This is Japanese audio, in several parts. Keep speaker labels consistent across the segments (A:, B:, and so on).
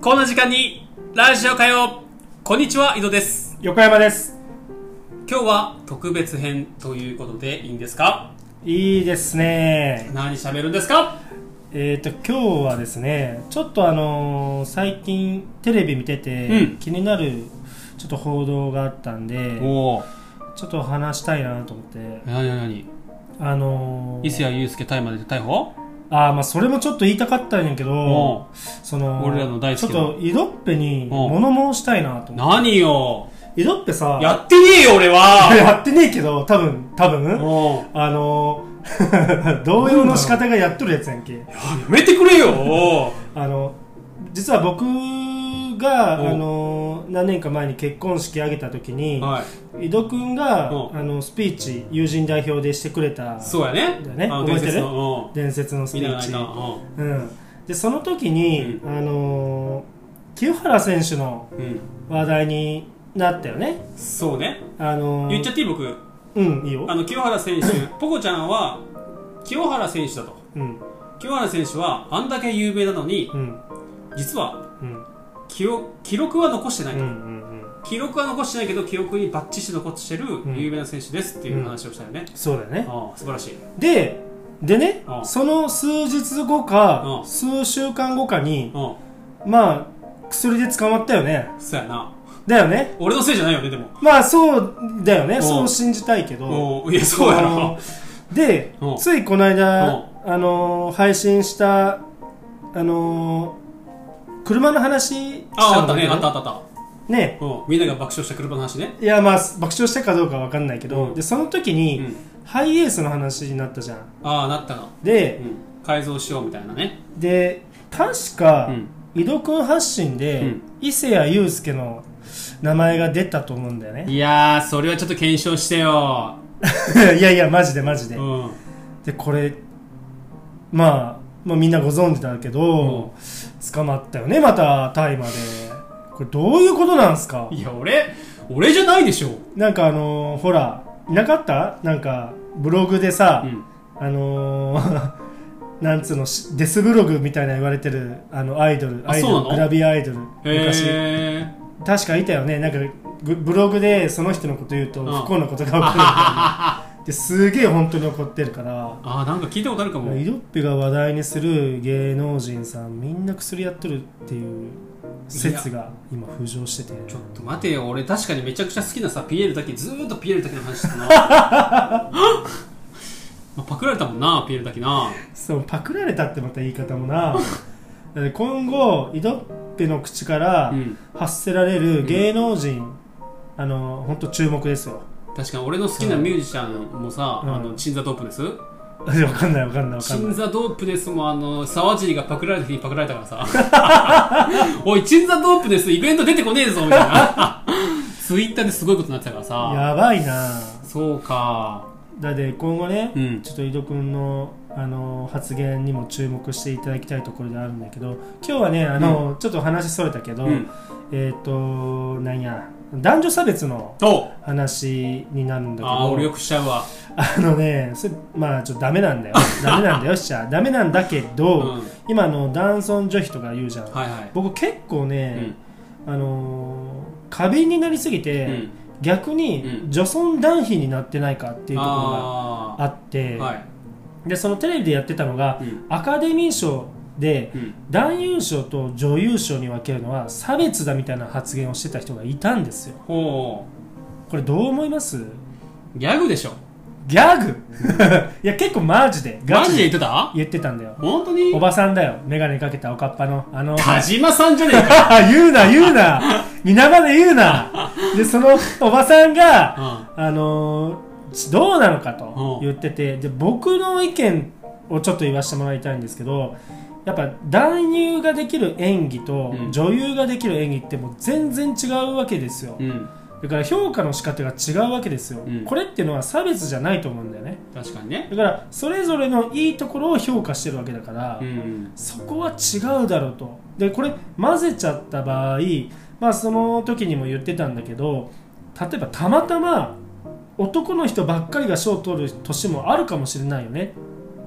A: こんな時間にラジオかよこんにちは井戸です
B: 横山です
A: 今日は特別編ということでいいんですか
B: いいですね
A: 何喋るんですか
B: えっ、と今日はですねちょっとあのー最近テレビ見てて、
A: うん
B: 気になるちょっと報道があったんで
A: おお
B: ちょっと話したいなと思って
A: 何何何
B: あのー
A: 伊勢谷友介大麻で逮捕
B: あーまあそれもちょっと言いたかったんやけ
A: おう
B: どその
A: 俺らの大好きな
B: ちょっと井戸っぺに物申したいなと思っ
A: 何よ
B: て井戸っぺさ
A: やってねえよ俺 は
B: やってねえけど多分多分
A: おう
B: あのー 同様の仕方がやっとるやつやんけ
A: やめてくれよ
B: あの実は僕が、
A: うん
B: あの何年か前に結婚式挙げた時に、
A: はい
B: 井戸君が、
A: うん
B: あのスピーチ友人代表でしてくれた
A: そうやね
B: だよね
A: あの
B: 覚え
A: 伝
B: てる
A: 説の
B: 伝説の
A: う
B: ス
A: んみ
B: ピ
A: んなが
B: ー
A: 泣
B: チ
A: いた、う
B: うん、でその時に、あの清原選手の
A: んうん
B: 話題になったよね、
A: そうね
B: あの
A: 言っちゃっていい僕
B: うんいいよ
A: あの清原選手ポコちゃんは清原選手だと
B: うん
A: 清原選手はあんだけ有名なのに
B: うん
A: 実は
B: うん
A: 記録記録は残してな
B: う
A: い
B: んう
A: と、
B: んうん
A: 記録は残してないけど記録にバッチシ残してる有名な選手ですっていう話をしたよね、
B: そうだよね
A: ああ素晴らしい
B: ででね
A: うん
B: その数日後か
A: うん
B: 数週間後かに
A: うん
B: まあ薬で捕まったよね
A: そうやな
B: だよね
A: 俺のせいじゃないよねでも
B: まあそうだよね
A: ん
B: そう信じたいけど
A: おういやそうや
B: あの
A: ろ
B: で
A: うん
B: ついこの間あのー配信したあのー車の話
A: ああった
B: んだ
A: ね
B: けど
A: あったあったあっ
B: ね
A: た、うん、みんなが爆笑した車の話ね
B: いやまあ爆笑したかどうかわかんないけ
A: う
B: ど
A: ん
B: でその時
A: う
B: に
A: ん
B: ハイエースの話になったじゃん
A: ああなったの、う
B: で
A: ん、改造しようみたいなね
B: で確か
A: うん
B: 井戸君発信
A: う
B: で
A: ん
B: 伊勢谷友介の名前が出たと思うんだよね
A: いやーそれはちょっと検証してよ、
B: いやいやマジでマジ
A: う
B: で
A: ん、
B: でこれ、まあ、まあみんなご存知だけど、捕まったよねまた大麻でこれどういうことなんすか
A: いや俺俺じゃないでしょ
B: なんかあのーほらいなかったなんかブログでさ、
A: うん
B: あの ーなんつうのしデスブログみたいな言われてるあのアイドル
A: あ
B: アイド
A: そうな
B: ル
A: の
B: グラビアアイドル昔
A: へー
B: 確かいたよねなんかぐブログでその人のこと言うと
A: うん
B: 不幸なことが起こるみたい なですげえ本当に怒ってるから
A: ああなんか聞いたことあるかも
B: イドッペが話題にする芸能人さんみんな薬やってるっていう説が今浮上してて
A: ちょっと待てよ俺確かにめちゃくちゃ好きなさピエールだけずーっとピエールだけの話してたなまあパクられたもんなピエールだけな
B: そうパクられたってまた言い方も なだって今後イドッペの口から
A: うん
B: 発せられる芸能人、あの本当注目ですよ
A: 確かに俺の好きなミュージシャンもさ、
B: うん
A: あのチンザドープネス
B: わかんないわかんないわか
A: チ
B: んな
A: ン
B: い
A: ザドープネスもあの沢尻がパクられた日にパクられたからさ おいチンザドープネスイベント出てこねえぞみたいな ツイッターですごいことになってたからさ
B: やばいな
A: そうか
B: だって今後ね、
A: うん
B: ちょっと井戸君のあの発言にも注目していただきたいところであるんだけど今日はねあの、ちょっと話それたけど、
A: うん
B: えっ、となんや男女差別の
A: と
B: 話になるんだけど
A: ああー俺よくしちゃうわ
B: あのねそれまあちょっとダメなん だよダメなんだよしちゃダメなんだけ
A: うん
B: ど、
A: はい
B: 今あの男尊女卑とか言うじゃん、
A: はい
B: 僕結構ね、あのー過敏になりすぎ
A: う
B: て、
A: んうん
B: 逆に
A: うん
B: 女尊男卑になってないかっていうところが
A: あ
B: あって、
A: ーはい
B: でそのテレビでやってたのが、
A: うん
B: アカデミー賞で
A: うん
B: 男優賞と女優賞に分けるのは差別だみたいな発言をしてた人がいたんですよ
A: ほ
B: これどう思います
A: うギャグでしょ
B: ギャグ いや結構マジで
A: マジで言
B: で
A: ってた
B: 言ってたんだよ
A: 本当に
B: おばさんだよ眼鏡かけたおかっぱのあの
A: 田島さんじゃねえか
B: 言うな言 うな皆まで言うなでそのおばさんがあのーどうなのか
A: う
B: と
A: ん
B: 言ってて、で僕の意見をちょっと言わせてもらいたいんですけどやっぱ男優ができる演技と
A: うん
B: 女優ができる演技ってもう全然違うわけですよ、
A: うん、うん、
B: だから評価の仕方が違うわけですよ、
A: うん
B: これっていうのは差別じゃないと思うんだよね
A: 確かにね
B: だからそれぞれのいいところを評価してるわけだから、
A: うん
B: そこは違うだろうとでこれ混ぜちゃった場合、まあ、その時にも言ってたんだけど例えばたまたま男の人ばっかりが賞を取る年もあるかもしれないよね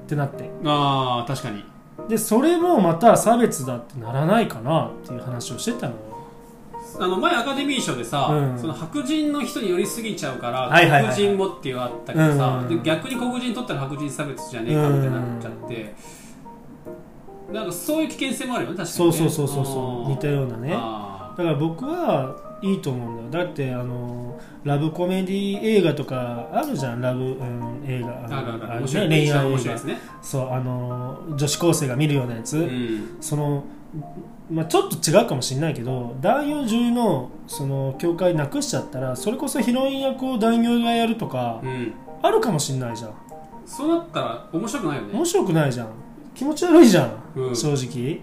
B: ってなって
A: ああ確かに
B: でそれもまた差別だってならないかなっていう話をしてたのよ
A: あの前アカデミー賞でさ、
B: うん
A: その白人の人に寄りすぎちゃうから、
B: はいはいはいはい
A: 黒人もっていうのあったけどさ、
B: うん
A: で逆に黒人取ったら白人差別じゃねえかみたいになっちゃって、なんかそういう危険性もあるよね確かに、ね、
B: そうそうそうそうそう似たようなね
A: あ
B: だから僕はいいと思うんだよだってあのラブコメディ映画とかあるじゃんラブ、うん、映画
A: ー
B: あ
A: だ
B: の
A: から
B: あ
A: 面
B: の
A: 白い
B: ね恋愛
A: 面白
B: 映
A: いで
B: 画
A: すね、
B: そうあの女子高生が見るようなやつ、
A: うん、
B: その、まあ、ちょっと違うかもしれないけど男優中のその教会なくしちゃったらそれこそヒロイン役を男優がやるとか、
A: うん、
B: あるかもしれないじゃん
A: そうなったら面白くないよね
B: 面白くないじゃん気持ち悪いじゃん、
A: うん
B: 正直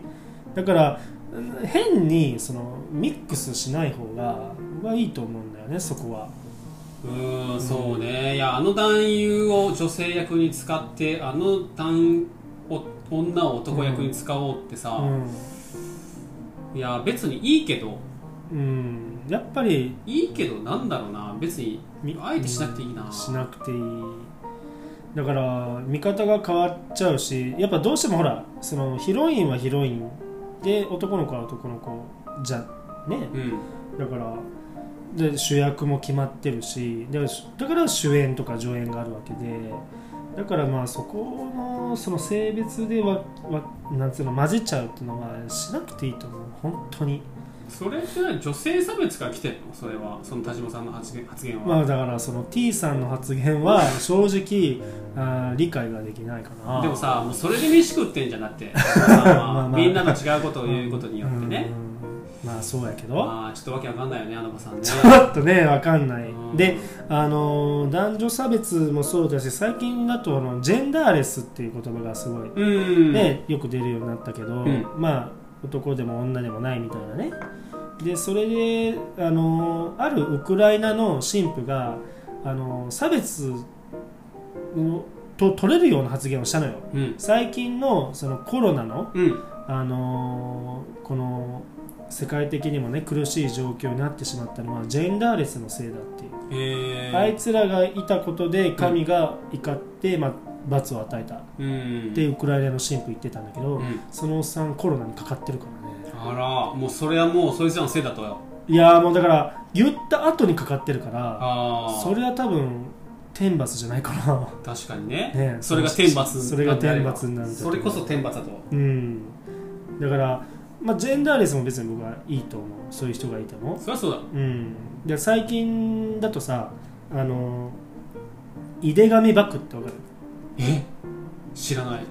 B: だからうん変にそのミックスしない方が僕はいいと思うんだよねそこは
A: うーんそうねいやあの男優を女性役に使ってあの男を女を男役に使おうってさ、いや別にいいけど
B: うん、うん、やっぱり
A: いいけどなんだろうな別に
B: み
A: あえてしなくていいな
B: しなくていいだから見方が変わっちゃうしやっぱどうしてもほらそのヒロインはヒロインで男の子は男の子じゃね
A: うん
B: だからで主役も決まってるしだからだから主演とか助演があるわけでだからまあそこのその性別でわわなんつうの混じっちゃうっていうのはしなくていいと思う本当に
A: それって女性差別から来てんのそれはその田島さんの発言発言は、
B: まあだからその T さんの発言は正直あー理解ができないかな
A: でもさもうそれで飯食ってんじゃなく て田島さんは
B: まあまあ
A: みんなの違うことを言うことによってね、
B: うんまあそうやけど
A: まあちょっとわけわかんないよねあの子さんね
B: ちょっとねわかんない
A: うん
B: であのー男女差別もそうだし最近だとあのジェンダーレスっていう言葉がすごい、
A: うん、
B: ねよく出るようになったけど、
A: うん
B: まあ男でも女でもないみたいなねでそれであのーあるウクライナの神父があのー差別をと取れるような発言をしたのよ
A: うん
B: 最近のそのコロナの
A: うん
B: あのーこの世界的にもね苦しい状況になってしまったのはジェンダーレスのせいだっていう、
A: えー、
B: あいつらがいたことで神が怒って、まあ、罰を与えたっ
A: うん
B: てウクライナの神父言ってたんだけど、
A: うん
B: そのおっさんコロナにかかってるからね
A: あらもうそれはもうそいつらのせいだとよ
B: いやーもうだから言った後にかかってるから
A: ああ
B: それは多分天罰じゃないかな
A: 確かにね
B: ね
A: それが天罰
B: それが天罰になるんだと
A: それこそ天罰だと
B: うんだから、まあ、ジェンダーレスも別に僕はいいと思うそういう人がいても
A: そりゃそうだ
B: うん、で最近だとさあの井手上幕ってわかる
A: え知らない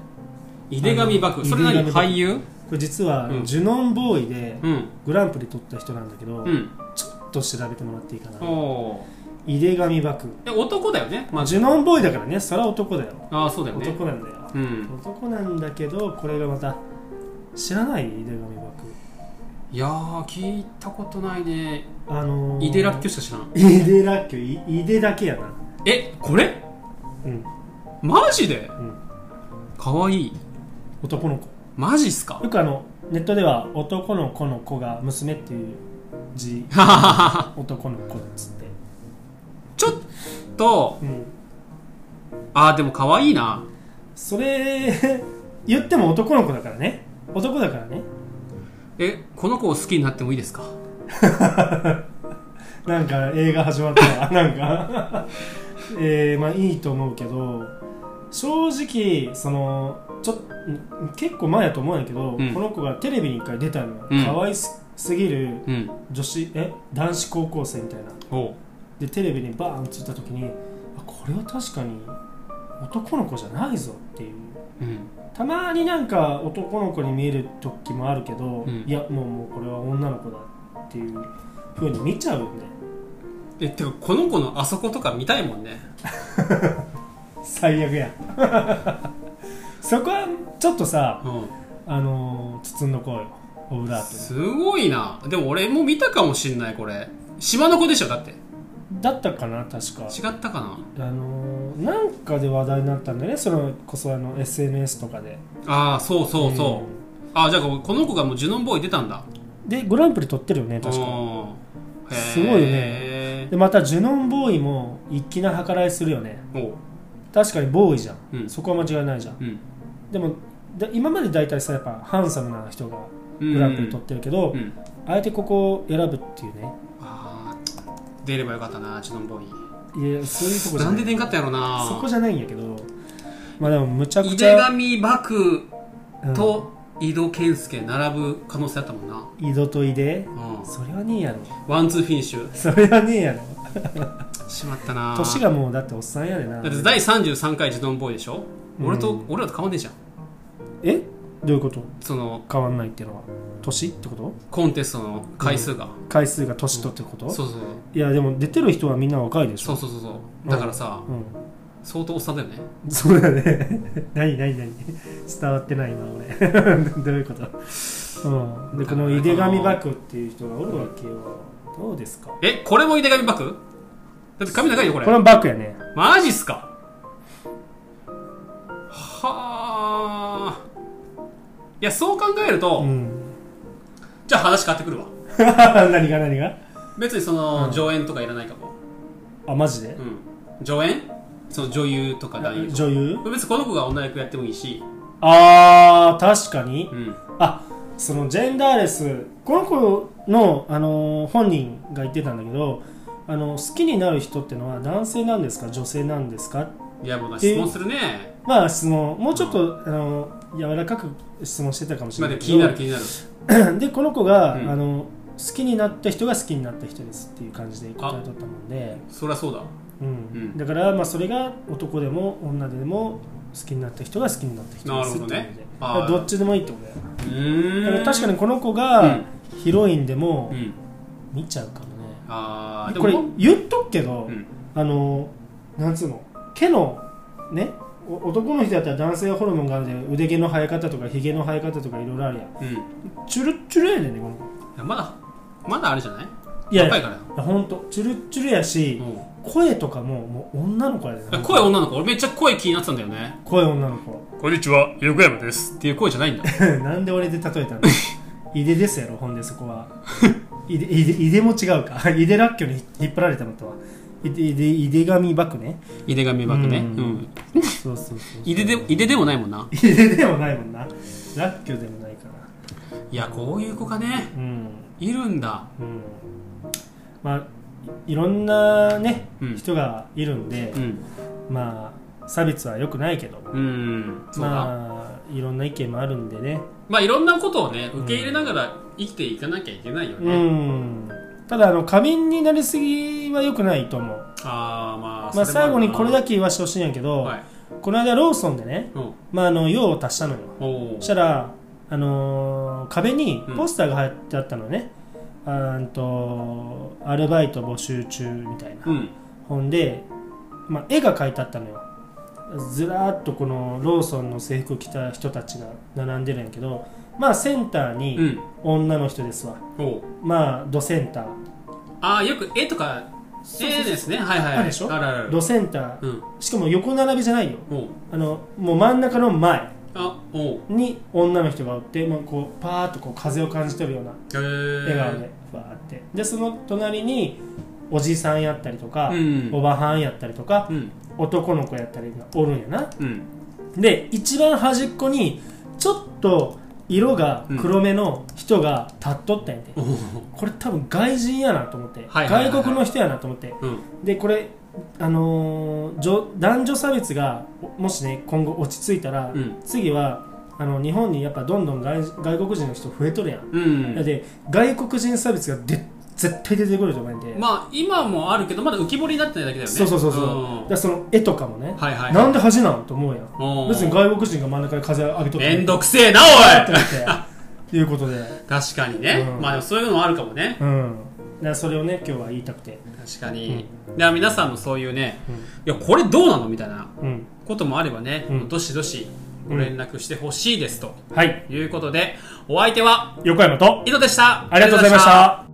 A: 井手上
B: あ
A: 漠
B: の
A: それ何
B: 井手上漠
A: 俳優
B: これ実は、
A: うん
B: ジュノンボーイで
A: うん
B: グランプリ取った人なんだけど、
A: うん
B: ちょっと調べてもらっていいかな
A: お
B: 井手上幕
A: ーえ男だよねまず
B: ジュノンボーイだからねそれは男だよ
A: ああそうだよね
B: 男なんだよ、
A: うん
B: 男なんだけどこれがまた知らない井手上幕
A: いやー聞いたことないね
B: あのー、
A: 井手らっきょしか知らん
B: 井手らっきょい井手だけやな
A: えこれ
B: うん
A: マジで
B: うん
A: かわいい
B: 男の子
A: マジっすか
B: よくあのネットでは男の子の子が娘っていう 字男の子っつって、
A: ちょっと
B: うん、
A: ああでもかわいいな
B: それ言っても男の子だからね男だからね
A: えこの子を好きになってもいいですか
B: なんか映画始まった わなんかえー、まあいいと思うけど正直そのちょん結構前やと思うんやけど、
A: うん
B: この子がテレビに一回出たのよ、
A: うん
B: 可愛すすぎる
A: うん
B: 女子え男子高校生みたいな
A: おう
B: でテレビにバーン映った時にあこれは確かに男の子じゃないぞっていう
A: うん
B: たまになんか男の子に見える時もあるけど、
A: うん
B: いやもうもうこれは女の子だっていうふうに見ちゃうんで
A: えてかこの子のあそことか見たいもんね
B: 最悪や そこはちょっとさ
A: うん
B: あのー包んどこうよオブラート
A: すごいなでも俺も見たかもしんないこれ島の子でしょだって違
B: にだったかな確か
A: ったかな
B: あのーなんかで話題になったんだよねそれこそあの SNS とかで
A: ああそうそうそう、ああじゃあここの子がもうジュノンボーイ出たんだ
B: うんでグランプリ取ってるよね確か
A: か
B: すごいねでまたジュノンボーイも粋な計らいするよね
A: おう
B: 確かにボーイじゃん、
A: うん
B: そこは間違いないじゃん
A: うん
B: でもで今まで大体さやっぱハンサムな人がグランプリ取ってるけど、
A: うん
B: あえてここを選ぶっていうね
A: あー出ればよかったなジュノンボーイ
B: いやそういうとこじゃ
A: な
B: ない
A: んで出んかったやろな
B: そこじゃないんやけどまあでもむちゃく
A: 井
B: ち
A: 手
B: ゃ
A: 上漠
B: うん
A: と井戸健介並ぶ可能性あったもんな、
B: 井戸と井出
A: うん、
B: それはねえやろ
A: ワンツーフィニッシュ
B: それはねえやろ
A: しまったな
B: 年がもうだっておっさんやでな
A: だって第33回ジュノンボーイでしょ、
B: うん
A: 俺と俺らと変わんねえじゃん
B: えどういうこと
A: その
B: 変わんないっていうのは年ってこと
A: コンテストの回数が、
B: 回数が年とってこと、
A: そうそう
B: いやでも出てる人はみんな若いでし
A: そう
B: ょ
A: そうそうそうだからさ、
B: う
A: 相当おっさんだよね
B: ん、そうだね 何何何伝わってない今俺 どういうこと、うん、でこの井手上幕っていう人がおるわけよどうですか
A: えこれも井手上漠だって髪長いよこ
B: こ
A: れ
B: れは幕やね
A: マジっすかはあいやそう考えると、
B: うん
A: じゃあ話変わってくるわ
B: 何が何が
A: 別にその、
B: うん
A: 上演とかいらないかも、
B: あマジで
A: うん、上演その女優とか男優とか
B: 女優
A: 別にこの子が女役やってもいいし、
B: あー確かに
A: うん、
B: あそのジェンダーレスこの子の、あのー本人が言ってたんだけどあの好きになる人ってのは男性なんですか女性なんですか
A: いやもう質問するね
B: まあ質問もうちょっと、あの柔らかく質問してたかもし
A: ま
B: れ
A: あ
B: な
A: で
B: い
A: も
B: け
A: 気
B: ど
A: になる気になる
B: でこの子が、
A: うん
B: あの好きになった人が好きになった人ですっていう感じで答えとったもんで、
A: そりゃそうだ
B: うん
A: うん
B: だから、まあ、それが男でも女でも好きになった人が好きになった人ですっていうので
A: なるほどね
B: だからどっちでもいいってことだよ
A: うー
B: だ
A: ん
B: から確かにこの子がヒロインでも
A: うん
B: 見ちゃうかもね、
A: ああ
B: これ言っとくけど、
A: うん
B: あのなんつうの毛のねお男の人だったら男性ホルモンがあるで腕毛の生え方とかひげの生え方とかいろいろあるやん
A: うんい
B: チュルッチュルやねんねこの子
A: やまだまだあれじゃない
B: いやい
A: 若
B: や
A: い
B: い
A: からよ
B: やほんとチュルッチュルやし、声とかももう女の子やで
A: う
B: なん
A: 声女の子俺めっちゃ声気になってたんだよね
B: 声女の子
A: こんにちは横山ですっていう声じゃない んだ
B: なんで俺で例え たの井出ですやろほんでそこは井出井出井出も違うか 井出らっきょに引っ張られたのとは井出井出井出上幕ね
A: 井手上漠ね
B: う
A: うんん
B: そうそうそう
A: 井手で井手でもないもんな
B: 入れでもないもんなラッキョでもないから
A: いやこういう子がね
B: うん
A: いるんだ
B: うんまあいいろんなね、
A: うん
B: 人がいるんで
A: う、ん
B: まあ差別は良くないけど
A: うんそうだ、まあ、
B: まあいろんな意見もあるんでね
A: いろんなことをね受け入れながら生きていかなきゃいけないよ
B: う
A: ね、
B: んただあの過敏になりすぎは良くないと思う
A: ああまあ
B: まあ最後にこれだ
A: け
B: け言わしてほしいんやけど、
A: はい、
B: この間ローソンでね、
A: うん、
B: まあ、あの用を足したのよ
A: おお
B: そしたら、あのー壁にポスターが貼ってあったのね、あーんとアルバイト募集中みたいな、
A: うん
B: ほんで、まあ、絵が描いてあったのよずらーっとこのローソンの制服着た人たちが並んでるんやけどまあセンター
A: う
B: に
A: ん
B: 女の人ですわ、
A: おお
B: まあドセンター
A: ああよく絵とか絵ですねはいはい
B: あるでしょ
A: あるある
B: ドセンター
A: うん
B: しかも横並びじゃないよ
A: おう
B: あのもう真ん中の前
A: あおう
B: に女の人がおって、まあ、こうパーッとこう風を感じてるような
A: へえ
B: 笑顔でふわーってでその隣におじさんやったりとか、
A: うん
B: おばはんやったりとか
A: うん
B: 男の子やったりがおるんやな
A: うん
B: で一番端っこにちょっと色が黒目の人が立っとったんやて、
A: おう
B: これ多分外人やなと思って、
A: はいはいはい
B: 外国の人やなと思って
A: うん
B: でこれあのー女男女差別がおもしね今後落ち着いたら、
A: うん
B: 次はあの日本にやっぱどんどん外外国人の人増えとるやん
A: うん
B: で外国人差別がで絶対出てくると思うんで、
A: まあ今もあるけどまだ浮き彫りになってないだけだよね
B: そうそうそうそう、だ
A: ん
B: からその絵とかもね、
A: はいはい
B: なんで恥なんと思うやん
A: おう
B: 別に外国人が真ん中で風上げとって
A: めんどく
B: せ
A: せえな
B: って
A: おい
B: なっていうことで、
A: 確かにね
B: うん
A: まあでもそういうのもあるかもね
B: うん、だからそれをね今日は言いたくて、
A: 確かにでは皆さんもそういうね
B: うん
A: いやこれどうなのみたいな
B: うん、
A: こともあればね
B: うん
A: どしどしご連絡してほしいですと
B: はい
A: いうことでお相手は
B: 横山と
A: 井戸でした
B: ありがとうございました